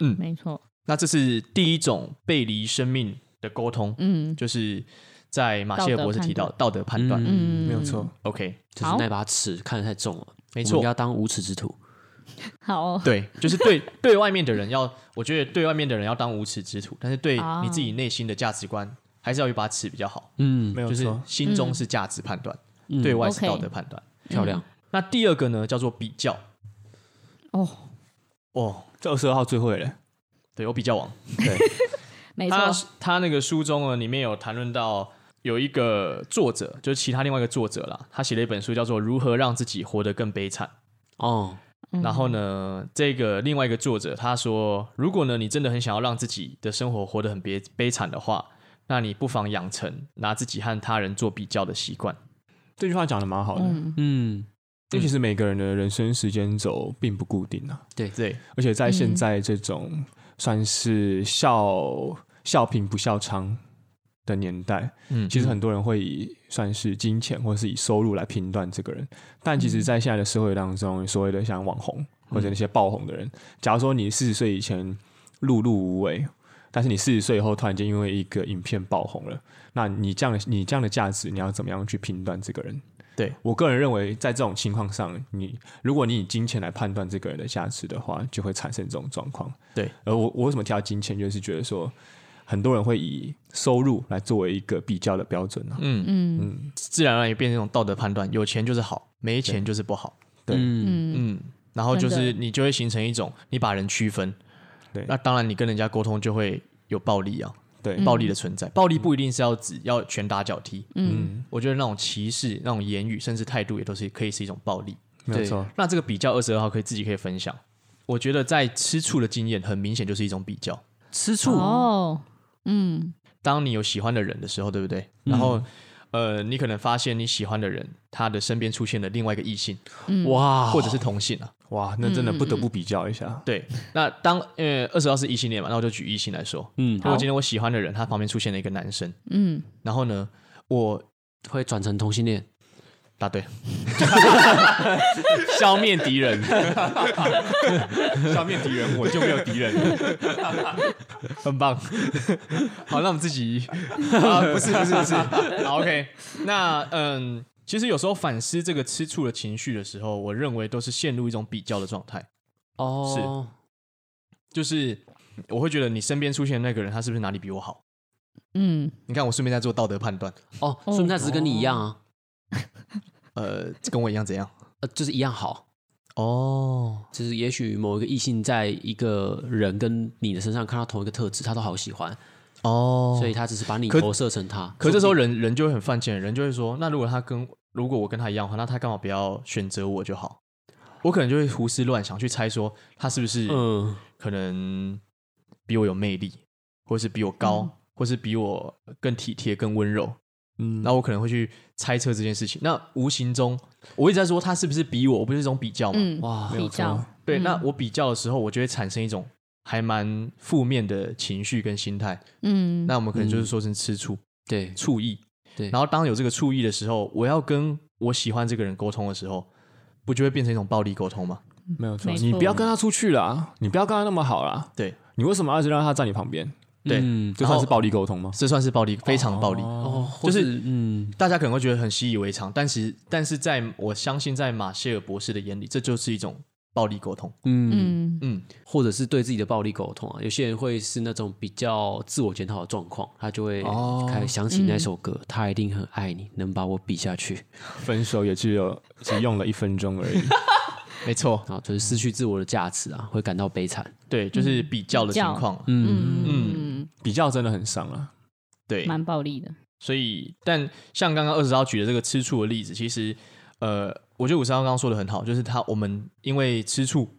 Speaker 1: 嗯
Speaker 4: 没错，
Speaker 1: 那这是第一种背离生命的沟通，
Speaker 4: 嗯
Speaker 1: 就是在马歇尔博士提到道德判断。
Speaker 2: 嗯，
Speaker 4: 嗯，
Speaker 3: 没有错。，
Speaker 1: OK，
Speaker 2: 就是
Speaker 4: 好
Speaker 2: 那把尺看得太重了，
Speaker 1: 没
Speaker 2: 我
Speaker 1: 错
Speaker 2: 们要当无耻之徒。
Speaker 4: 好，哦
Speaker 1: 对，就是对对外面的人要，我觉得对外面的人要当无耻之徒，但是对
Speaker 4: 哦
Speaker 1: 你自己内心的价值观还是要有一把尺比较好，
Speaker 2: 嗯
Speaker 3: 没，有
Speaker 1: 就是
Speaker 3: 错。
Speaker 1: 心中是价值判断，
Speaker 2: 嗯
Speaker 1: 对外是
Speaker 4: OK
Speaker 1: 道德判断。
Speaker 2: 漂亮。
Speaker 1: 那第二个呢，叫做比较
Speaker 4: 哦，
Speaker 1: 哦，
Speaker 3: 这二十二号最会了，
Speaker 1: 对我比较王。
Speaker 4: 没错，
Speaker 1: 他他那个书中呢，里面有谈论到有一个作者，就是其他另外一个作者啦，他写了一本书叫做《如何让自己活得更悲惨》。
Speaker 2: 哦，
Speaker 4: 嗯
Speaker 1: 然后呢，这个另外一个作者他说，如果呢你真的很想要让自己的生活活得很悲悲惨的话，那你不妨养成拿自己和他人做比较的习惯。
Speaker 3: 这句话讲的蛮好的。
Speaker 4: 嗯，
Speaker 2: 嗯，
Speaker 3: 因为其实每个人的人生时间轴并不固定啊，
Speaker 1: 对，
Speaker 3: 而且在现在这种算是笑笑贫不笑娼的年代，
Speaker 1: 嗯，
Speaker 3: 其实很多人会以算是金钱或是以收入来评断这个人，但其实，在现在的社会当中，所谓的像网红或
Speaker 1: 嗯
Speaker 3: 者那些爆红的人，假如说你四十岁以前碌碌无为，但是你四十岁以后突然间因为一个影片爆红了，那你这样的你这样的价值，你要怎么样去评断这个人？
Speaker 1: 对
Speaker 3: 我个人认为，在这种情况上，你如果你以金钱来判断这个人的价值的话，就会产生这种状况。
Speaker 1: 对，
Speaker 3: 而我我为什么提到金钱，就是觉得说，很多人会以收入来作为一个比较的标准啊。
Speaker 1: 嗯，
Speaker 4: 嗯
Speaker 1: 自然而然也变成一种道德判断，有钱就是好，没钱就是不好。
Speaker 3: 对
Speaker 2: 嗯
Speaker 4: 嗯
Speaker 1: 嗯，然后就
Speaker 4: 真的
Speaker 1: 是你就会形成一种你把人区分，
Speaker 3: 对
Speaker 1: 那当然你跟人家沟通就会有暴力啊，
Speaker 3: 对，
Speaker 1: 暴力的存在，暴力不一定是要指要拳打脚踢，
Speaker 4: 嗯
Speaker 1: 我觉得那种歧视、那种言语甚至态度也都是可以是一种暴力。
Speaker 3: 没有错。
Speaker 1: 那这个比较二十二号可以自己可以分享，我觉得在吃醋的经验很明显就是一种比较，
Speaker 2: 吃醋
Speaker 4: 哦，嗯嗯
Speaker 3: 嗯
Speaker 1: 当你有喜欢的人的时候，对不对？然后、呃，你可能发现你喜欢的人，他的身边出现了另外一个异性，
Speaker 4: 嗯
Speaker 3: 哇，
Speaker 1: 或者是同性啊。
Speaker 3: 哇，那真的不得不比较一下。
Speaker 1: 对，那当因为二十号是异性恋嘛，那我就举异性来说，
Speaker 2: 嗯
Speaker 1: 如果今天我喜欢的人，他旁边出现了一个男生，
Speaker 4: 嗯，
Speaker 1: 然后呢，我
Speaker 2: 会转成同性恋，
Speaker 1: 答 对， 消灭敌人。
Speaker 3: 消灭敌人，我就没有 敌人。
Speaker 1: 很 棒。好，那我们自己啊，不是不是不是， 好 OK 那。嗯，其实有时候反思这个吃醋的情绪的时候，我认为都是陷入一种比较的状态，
Speaker 2: 哦，
Speaker 1: 就是我会觉得你身边出现的那个人，他是不是哪里比我好？
Speaker 4: 嗯，
Speaker 1: 你看，我顺便在做道德判断，
Speaker 2: 哦，说明他只是跟你一样啊，
Speaker 1: 呃，跟我一样怎样？
Speaker 2: 呃，就是一样好，
Speaker 1: 哦，
Speaker 2: 就是也许某一个异性在一个人跟你的身上看到同一个特质，他都好喜欢，
Speaker 1: 哦
Speaker 2: 所以他只是把你
Speaker 1: 可
Speaker 2: 投射成他。
Speaker 1: 可这时
Speaker 2: 候
Speaker 1: 候人人就会很犯贱，人就会说，那如果他跟如果我跟他一样的话，那他干嘛不要选择我就好？我可能就会胡思乱想，去猜说他是不是
Speaker 2: 嗯，
Speaker 1: 可能比我有魅力，或是比我高，
Speaker 4: 嗯
Speaker 1: 或是比我更体贴、更温柔。
Speaker 3: 嗯，
Speaker 1: 那我可能会去猜测这件事情。那无形中，我一直在说他是不是比我，我不是一种比较嘛？
Speaker 4: 嗯，
Speaker 2: 哇，
Speaker 4: 比较，
Speaker 1: 对，
Speaker 4: 嗯
Speaker 1: 那我比较的时候，我就会产生一种还蛮负面的情绪跟心态。
Speaker 4: 嗯，
Speaker 1: 那我们可能就是说成吃醋、
Speaker 2: 对，
Speaker 1: 醋意。
Speaker 2: 对
Speaker 1: 然后当有这个醋意的时候，我要跟我喜欢这个人沟通的时候，不就会变成一种暴力沟通吗？
Speaker 3: 没有错，
Speaker 4: 没错
Speaker 3: 你不要跟他出去啦，你不要跟他那么好啦。
Speaker 1: 对，
Speaker 3: 你为什么要一直让他在你旁边？
Speaker 1: 对，
Speaker 2: 嗯，
Speaker 3: 这算是暴力沟通吗？
Speaker 1: 这算是暴力，非常暴力。
Speaker 2: 哦，
Speaker 1: 就
Speaker 2: 就是是嗯，
Speaker 1: 大家可能会觉得很习以为常，但是但是在我相信，在马歇尔博士的眼里，这就是一种暴力沟通。
Speaker 4: 嗯
Speaker 1: 嗯，
Speaker 2: 或者是对自己的暴力沟通啊，有些人会是那种比较自我检讨的状况，他就会开始想起那首歌，他一定很爱你，能把我比下去
Speaker 3: 分手也只有只用了一分钟而已。
Speaker 1: 没错，
Speaker 2: 啊，就是失去自我的价值啊，会感到悲惨。
Speaker 1: 对，就是比较的情况。嗯，
Speaker 4: 嗯
Speaker 1: 嗯
Speaker 4: 嗯，
Speaker 3: 比较真的很伤啊。
Speaker 1: 对，
Speaker 4: 蛮暴力的，
Speaker 1: 所以但像刚刚二十号举的这个吃醋的例子，其实呃，我觉得五十号刚刚说的很好，就是他我们因为吃醋，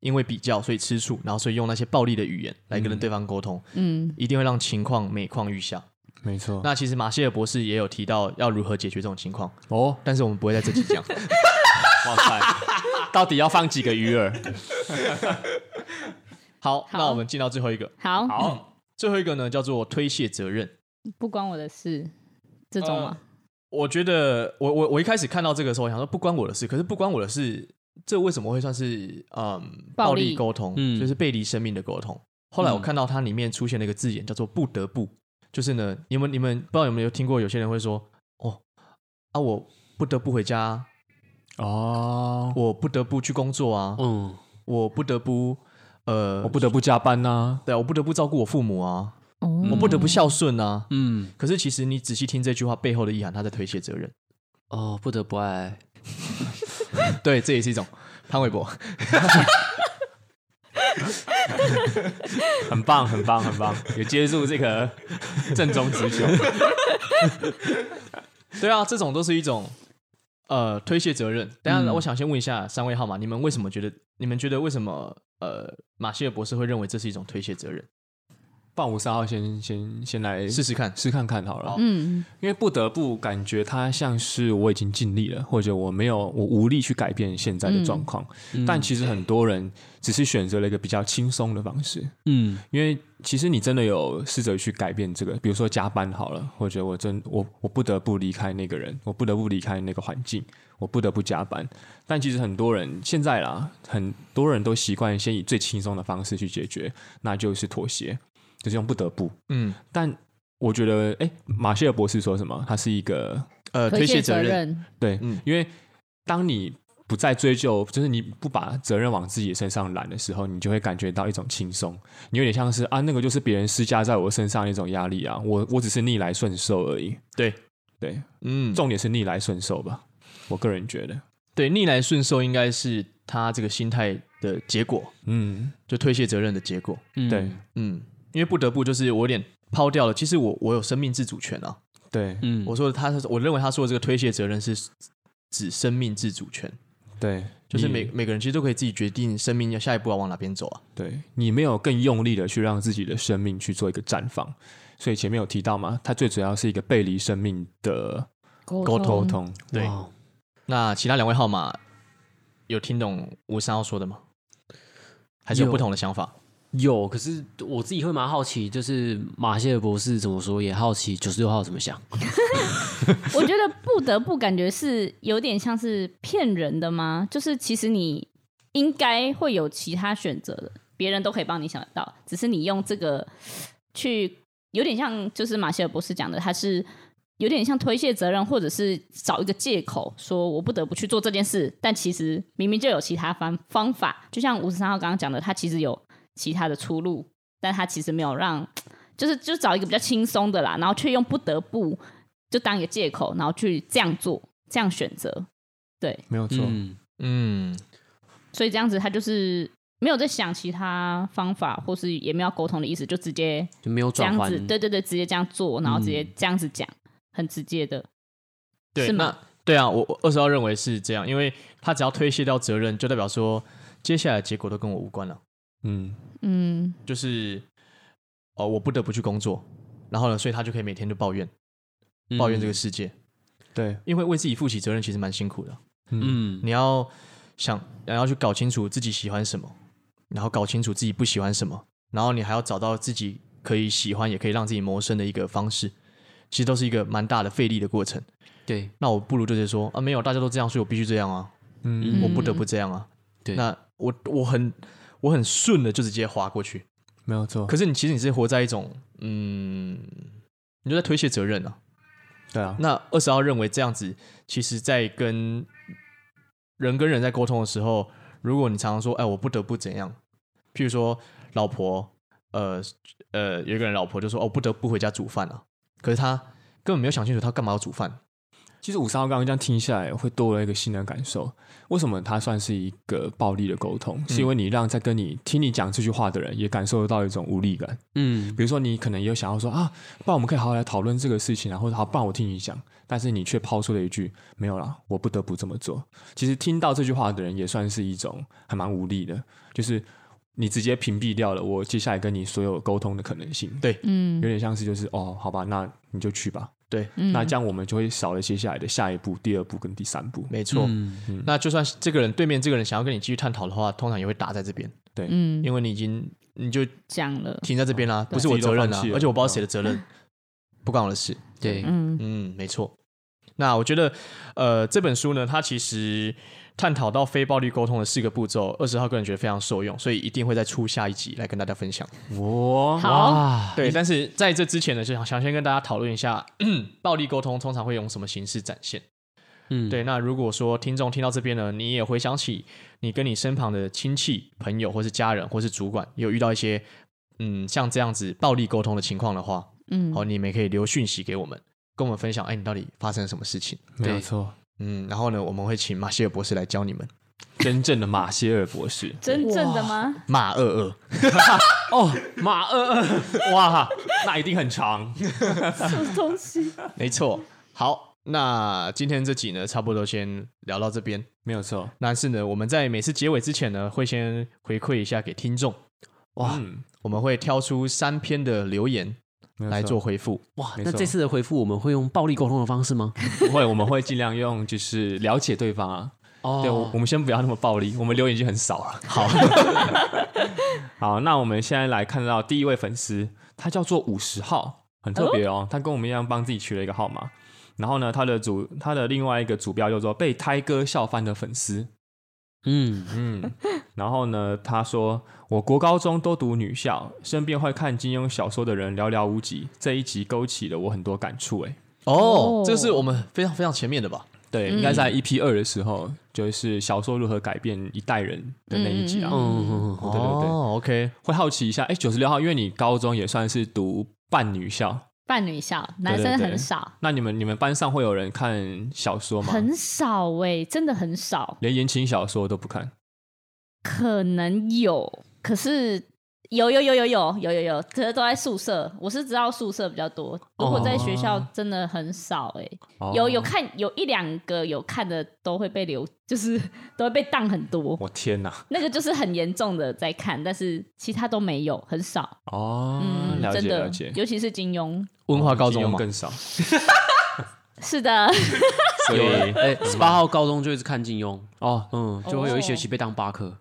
Speaker 1: 因为比较，所以吃醋，然后所以用那些暴力的语言来跟对方沟通，
Speaker 4: 嗯
Speaker 1: 一定会让情况每况愈下。
Speaker 3: 没错，
Speaker 1: 那其实马歇尔博士也有提到要如何解决这种情况，
Speaker 3: 哦，
Speaker 1: 但是我们不会在这集 讲。
Speaker 3: 哇塞， 到底要放几个鱼饵？
Speaker 1: 好，那我们进到最后一个。
Speaker 4: 好，
Speaker 1: 好，最后一个呢叫做推卸责任。
Speaker 4: 不关我的事，这种吗？
Speaker 1: 我觉得我我我一开始看到这个时候，我想说不关我的事，可是不关我的事，这为什么会算是嗯暴
Speaker 4: 暴力
Speaker 1: 力沟通？
Speaker 2: 嗯
Speaker 1: 就是背离生命的沟通。后
Speaker 3: 嗯
Speaker 1: 来我看到它里面出现了一个字眼叫做不得不，就是呢，你们你们不知道有没有听过，有些人会说哦啊，我不得不回家，啊
Speaker 3: 哦，
Speaker 1: 我不得不去工作啊，
Speaker 2: 嗯，
Speaker 1: 我不得不呃，
Speaker 3: 我不得不加班呐、
Speaker 1: 对啊，我不得不照顾我父母啊，
Speaker 4: 哦
Speaker 3: 嗯
Speaker 1: 我不得不孝顺啊，
Speaker 2: 嗯，
Speaker 1: 可是其实你仔细听这句话背后的意涵，他在推卸责任。
Speaker 2: 哦，不得不爱，
Speaker 1: 对，这也是一种潘玮柏。
Speaker 3: 很棒，很棒，很棒，有接住这个正宗直球。
Speaker 1: 对啊，这种都是一种呃推卸责任。等一下，我想先问一下三位号码，你们为什么觉得？你们觉得为什么？呃，马歇尔博士会认为这是一种推卸责任？
Speaker 3: 棒五三号先先先来
Speaker 1: 试
Speaker 3: 试
Speaker 1: 试看。
Speaker 3: 试看看好了，
Speaker 4: 嗯
Speaker 3: 因为不得不感觉它像是我已经尽力了，或者我没有我无力去改变现在的状况。但其实很多人只是选择了一个比较轻松的方式，
Speaker 2: 嗯
Speaker 3: 因为其实你真的有试着去改变这个，比如说加班好了，或者我真我我不得不离开那个人，我不得不离开那个环境，我不得不加班。但其实很多人现在啦，很多人都习惯先以最轻松的方式去解决，那就是妥协，就是用不得不。
Speaker 1: 嗯，
Speaker 3: 但我觉得，哎，马歇尔博士说什么？他是一个
Speaker 1: 呃，推卸责任。
Speaker 4: 任，
Speaker 3: 对，
Speaker 1: 嗯
Speaker 3: 因为当你不再追究，就是你不把责任往自己身上揽的时候，你就会感觉到一种轻松，你有点像是啊，那个就是别人施加在我身上的一种压力啊，我我只是逆来顺受而已。
Speaker 1: 对
Speaker 3: 对，
Speaker 1: 嗯，
Speaker 3: 重点是逆来顺受吧，我个人觉得，
Speaker 1: 对，逆来顺受应该是他这个心态的结果，
Speaker 3: 嗯，
Speaker 1: 就推卸责任的结果。
Speaker 2: 嗯
Speaker 3: 对
Speaker 1: 嗯，因为不得不就是我有点抛掉了。其实我我有生命自主权啊。
Speaker 3: 对
Speaker 2: 嗯，
Speaker 1: 我说的他，我认为他说的这个推卸责任是指生命自主权，
Speaker 3: 对，
Speaker 1: 就是
Speaker 3: 你
Speaker 1: 每每个人其实都可以自己决定生命要下一步要往哪边走啊。
Speaker 3: 对你没有更用力的去让自己的生命去做一个绽放，所以前面有提到嘛，它最主要是一个背离生命的
Speaker 4: 沟
Speaker 3: 沟通。
Speaker 1: 对
Speaker 2: 哇
Speaker 1: 那其他两位号码有听懂吴三号说的吗？还是有
Speaker 2: 有
Speaker 1: 不同的想法？
Speaker 2: 有，可是我自己会蛮好奇，就是马歇尔博士怎么说，也好奇九十六号怎么想。
Speaker 4: 我觉得不得不感觉是有点像是骗人的吗？就是其实你应该会有其他选择的，别人都可以帮你想得到，只是你用这个去有点像就是马歇尔博士讲的，他是有点像推卸责任，或者是找一个借口说我不得不去做这件事，但其实明明就有其他方方法，就像五十三号刚刚讲的，他其实有其他的出路，但他其实没有让。就是就找一个比较轻松的啦，然后却用不得不就当一个借口，然后去这样做、这样选择，对，
Speaker 3: 没有错，
Speaker 2: 嗯，
Speaker 1: 嗯，
Speaker 4: 所以这样子他就是没有在想其他方法，或是也没有沟通的意思，就直接
Speaker 2: 就没有
Speaker 4: 这样
Speaker 2: 转换
Speaker 4: 子，。对对对，直接这样做，然后直接
Speaker 3: 嗯
Speaker 4: 这样子讲，很直接的，
Speaker 1: 对，
Speaker 4: 是吗
Speaker 1: 那对啊，我我二十号认为是这样，因为他只要推卸掉责任，就代表说接下来的结果都跟我无关了，
Speaker 3: 嗯，
Speaker 4: 嗯，
Speaker 1: 就是哦、我不得不去工作，然后呢，所以他就可以每天就抱怨
Speaker 2: 嗯
Speaker 1: 抱怨这个世界，
Speaker 3: 对，
Speaker 1: 因为为自己负起责任其实蛮辛苦的，
Speaker 2: 嗯，
Speaker 1: 你要想然后去搞清楚自己喜欢什么，然后搞清楚自己不喜欢什么，然后你还要找到自己可以喜欢也可以让自己谋生的一个方式，其实都是一个蛮大的费力的过程。
Speaker 2: 对，
Speaker 1: 那我不如就是说啊，没有，大家都这样，所以我必须这样啊，
Speaker 3: 嗯，
Speaker 1: 我不得不这样啊。
Speaker 2: 对
Speaker 1: 那我我很我很顺的就直接划过去。
Speaker 3: 没有错，
Speaker 1: 可是你其实你是活在一种嗯，你就在推卸责任啊。
Speaker 3: 对啊，
Speaker 1: 那二十号认为这样子，其实在跟人跟人在沟通的时候，如果你常常说哎，我不得不怎样，譬如说老婆，呃呃，有一个人老婆就说哦，不得不回家煮饭啊，可是他根本没有想清楚他干嘛要煮饭。
Speaker 3: 其实五三号刚刚这样听下来，会多了一个新的感受。为什么它算是一个暴力的沟通？是因为你让在跟你听你讲这句话的人也感受到一种无力感。
Speaker 2: 嗯
Speaker 3: 比如说，你可能也有想要说啊，不然我们可以好好来讨论这个事情啊，或者好，不然我听你讲。但是你却抛出了一句“没有啦，我不得不这么做”。其实听到这句话的人也算是一种还蛮无力的，就是你直接屏蔽掉了我接下来跟你所有沟通的可能性。
Speaker 1: 对
Speaker 4: 嗯
Speaker 3: 有点像是就是哦，好吧，那你就去吧。
Speaker 1: 对，
Speaker 3: 那这样我们就会少了接下来的下一步、第二步跟第三步。
Speaker 1: 没错。
Speaker 2: 嗯
Speaker 1: 那就算是这个人对面这个人想要跟你继续探讨的话，通常也会打在这边，
Speaker 4: 嗯，
Speaker 1: 因为你已经你就
Speaker 4: 讲了，
Speaker 1: 停在这边啦、不是
Speaker 3: 哦自己
Speaker 1: 我责任
Speaker 3: 都
Speaker 1: 啦、
Speaker 3: 放弃了嗯
Speaker 1: 而且我不知道谁的责任，不关我的事。
Speaker 2: 对，
Speaker 4: 嗯
Speaker 1: 嗯，没错。那我觉得，呃，这本书呢，它其实探讨到非暴力沟通的四个步骤，二十号个人觉得非常受用，所以一定会再出下一集来跟大家分享。
Speaker 4: 哦
Speaker 3: 哇，
Speaker 4: 好，
Speaker 2: 啊
Speaker 1: 对，但是在这之前呢，就想想先跟大家讨论一下，暴力沟通通常会用什么形式展现。
Speaker 2: 嗯
Speaker 1: 对，那如果说听众听到这边呢，你也回想起你跟你身旁的亲戚、朋友，或是家人，或是主管，有遇到一些嗯像这样子暴力沟通的情况的话，
Speaker 4: 嗯
Speaker 1: 好，你们也可以留讯息给我们，跟我们分享，哎，你到底发生了什么事情？
Speaker 3: 没有
Speaker 2: 对
Speaker 3: 错，
Speaker 1: 嗯，然后呢，我们会请马歇尔博士来教你们。
Speaker 3: 真正的马歇尔博士
Speaker 4: 真正的吗？
Speaker 1: 马二二，
Speaker 3: 哦，马二二，哇，那一定很长。
Speaker 4: 什么东西？
Speaker 1: 没错。好，那今天这集呢，差不多先聊到这边。
Speaker 3: 没有错，
Speaker 1: 但是呢，我们在每次结尾之前呢，会先回馈一下给听众，
Speaker 2: 哇
Speaker 3: 嗯，
Speaker 1: 我们会挑出三篇的留言
Speaker 3: 没有
Speaker 1: 来
Speaker 3: 错
Speaker 1: 做回复。
Speaker 2: 哇，
Speaker 3: 没
Speaker 2: 那
Speaker 3: 错
Speaker 2: 这次的回复我们会用暴力沟通的方式吗？
Speaker 3: 不会，我们会尽量用就是了解对方啊。
Speaker 2: 哦
Speaker 3: 对，我我们先不要那么暴力，我们留言已经很少了。好， 好，那我们现在来看到第一位粉丝，他叫做五十号，很特别哦，他跟我们一样帮自己取了一个号码。然后呢，他的主他的另外一个主标叫做被胎哥笑翻的粉丝。
Speaker 2: 嗯
Speaker 3: 嗯，然后呢，他说我国高中都读女校，身边会看金庸小说的人寥寥无几，这一集勾起了我很多感触。哎，
Speaker 1: 哦，这是我们非常非常前面的吧？
Speaker 3: 对，应该在 EP 二的时候，就是小说如何改变一代人的那一集啊。
Speaker 2: 嗯嗯
Speaker 3: 对对对
Speaker 1: 哦，OK，
Speaker 3: 会好奇一下，哎，九十六号，因为你高中也算是读半女校，
Speaker 4: 伴侣校，男
Speaker 3: 对对
Speaker 4: 生
Speaker 3: 对
Speaker 4: 很少，
Speaker 3: 那你们你们班上会有人看小说吗？
Speaker 4: 很少哎，真的很少。
Speaker 3: 连言情小说都不看，
Speaker 4: 可能有，可是有有有有有有有有，可是都在宿舍。我是知道宿舍比较多，如果在学校真的很少哎、
Speaker 3: 哦
Speaker 4: 有有看有一两个有看的都会被留，就是 都会被当很多。
Speaker 3: 我天哪！
Speaker 4: 那个就是很严重的在看，但是其他都没有，很少。
Speaker 3: 哦，
Speaker 4: 嗯，
Speaker 3: 了
Speaker 4: 真
Speaker 3: 解
Speaker 4: 的
Speaker 3: 了解，。
Speaker 4: 尤其是金庸。
Speaker 1: 文化高中
Speaker 3: 哦金庸
Speaker 1: 嘛，
Speaker 3: 更少，
Speaker 4: 是的，
Speaker 3: 所
Speaker 2: 有
Speaker 3: 以
Speaker 2: 哎，十八号高中就一直看金庸，
Speaker 3: 哦，
Speaker 2: 嗯，就会有一学期被当八科。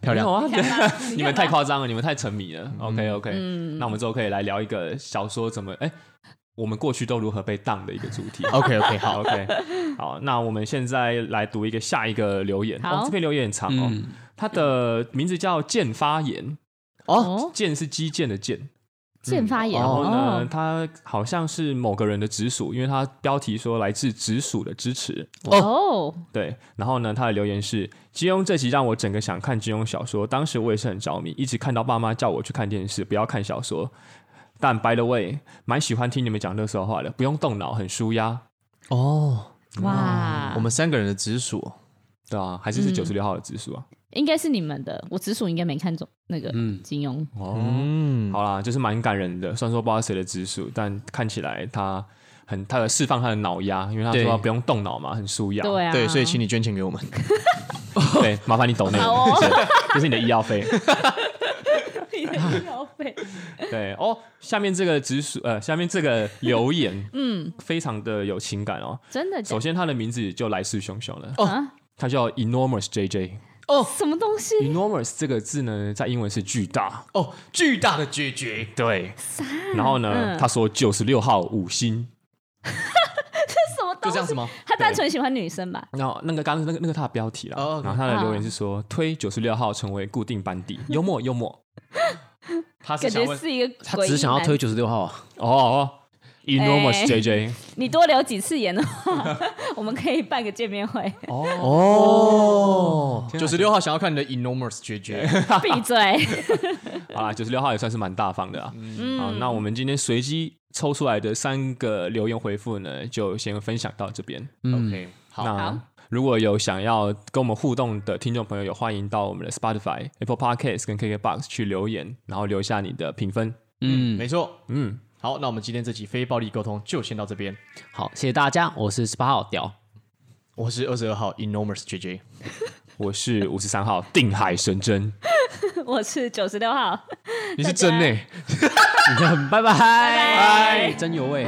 Speaker 1: 漂亮
Speaker 3: 没有啊，
Speaker 4: 你
Speaker 3: 你
Speaker 4: 看
Speaker 3: 们
Speaker 4: 吧
Speaker 3: 太夸张了，你们太沉迷了。OK OK，
Speaker 4: 嗯
Speaker 3: 那我们之后可以来聊一个小说怎么哎，我们过去都如何被当的一个主题。
Speaker 1: OK OK 好，
Speaker 3: 好 OK，好，那我们现在来读一个下一个留言。哦
Speaker 4: 好，
Speaker 3: 这篇留言很长哦，
Speaker 2: 嗯
Speaker 3: 它的名字叫“剑发言”。
Speaker 4: 哦
Speaker 3: 剑是击剑的剑，
Speaker 4: 剑发言
Speaker 3: 嗯然后呢
Speaker 4: 哦，，
Speaker 3: 它好像是某个人的直属，因为它标题说来自直属的支持。
Speaker 4: 哦，
Speaker 3: 对，然后呢，他的留言是：金庸这集让我整个想看金庸小说，当时我也是很着迷，一直看到爸妈叫我去看电视，不要看小说。但 by the way，蛮喜欢听你们讲乐色话的，不用动脑，很舒压。
Speaker 1: 哦，
Speaker 3: 嗯
Speaker 4: 哇，
Speaker 1: 我们三个人的直属
Speaker 3: 对啊，还是是
Speaker 4: 嗯
Speaker 3: 九十六号的指数啊。
Speaker 4: 应该是你们的，我直属应该没看中那个
Speaker 2: 嗯
Speaker 4: 金庸。
Speaker 3: 哦，
Speaker 1: 嗯，
Speaker 3: 好啦，就是蛮感人的。虽然说不知道谁的指数，但看起来他很他在释放他的脑压，因为他说
Speaker 1: 对
Speaker 3: 他不用动脑嘛，很舒压。
Speaker 4: 对啊，
Speaker 1: 对，所以请你捐钱给我们，
Speaker 3: 对，麻烦你抖那
Speaker 4: 好哦
Speaker 3: 个，这是你的医药费。
Speaker 4: 你的医药费。
Speaker 3: 对哦，下面这个直属呃，下面这个留言，嗯， 非常的有情感哦。
Speaker 4: 真的假
Speaker 3: 首
Speaker 4: 的
Speaker 3: 先，他的名字就来势汹汹了，
Speaker 4: 啊？
Speaker 3: 他叫 Enormous JJ。
Speaker 4: 什么东
Speaker 3: 嗯
Speaker 4: 西？
Speaker 3: Enormous 这个字呢，在英文是巨大，
Speaker 1: 哦，巨大的决绝，
Speaker 3: 对。然后呢，
Speaker 4: 嗯
Speaker 3: 他说九十六号五星。
Speaker 4: 什么
Speaker 1: 就
Speaker 4: 东
Speaker 1: 这样
Speaker 4: 西
Speaker 1: 子？吗？
Speaker 4: 他单纯喜欢女生吧？
Speaker 3: 然后那个刚刚那个那个他的标题啦，
Speaker 1: 哦，OK
Speaker 3: 然后他的留言是说
Speaker 4: 啊
Speaker 3: 推九十六号成为固定班底，幽默幽默。
Speaker 1: 他是
Speaker 4: 感
Speaker 1: 想
Speaker 4: 觉
Speaker 1: 问，
Speaker 4: 是一个
Speaker 2: 他
Speaker 4: 诡
Speaker 2: 只
Speaker 4: 异
Speaker 2: 是想要
Speaker 4: 男
Speaker 2: 推九十六号啊，
Speaker 3: 哦哦，Enormous
Speaker 4: 哎
Speaker 3: JJ。
Speaker 4: 你多留几次言的话， 我们可以办个见面会。
Speaker 1: 哦，九十六号想要看你的 enormous 决绝，
Speaker 4: 闭嘴！
Speaker 3: 好啦，九十六号也算是蛮大方的啦。好，那我们今天随机抽出来的三个留言回复呢，就先分享到这边。
Speaker 1: OK，好，
Speaker 3: 嗯那
Speaker 4: 好
Speaker 3: 如果有想要跟我们互动的听众朋友，有欢迎到我们的 Spotify、Apple Podcast 跟 KKBox 去留言，然后留下你的评分。
Speaker 1: 嗯，没错，
Speaker 3: 嗯，
Speaker 1: 好，那我们今天这期非暴力沟通就先到这边。
Speaker 2: 好，谢谢大家，我是十八号屌，
Speaker 1: 我是二十二号 enormous JJ，
Speaker 3: 我是五十三号定海神针，
Speaker 4: 我是九十六号。
Speaker 1: 你是真呢、
Speaker 2: 拜拜，
Speaker 4: 拜
Speaker 2: 真有味。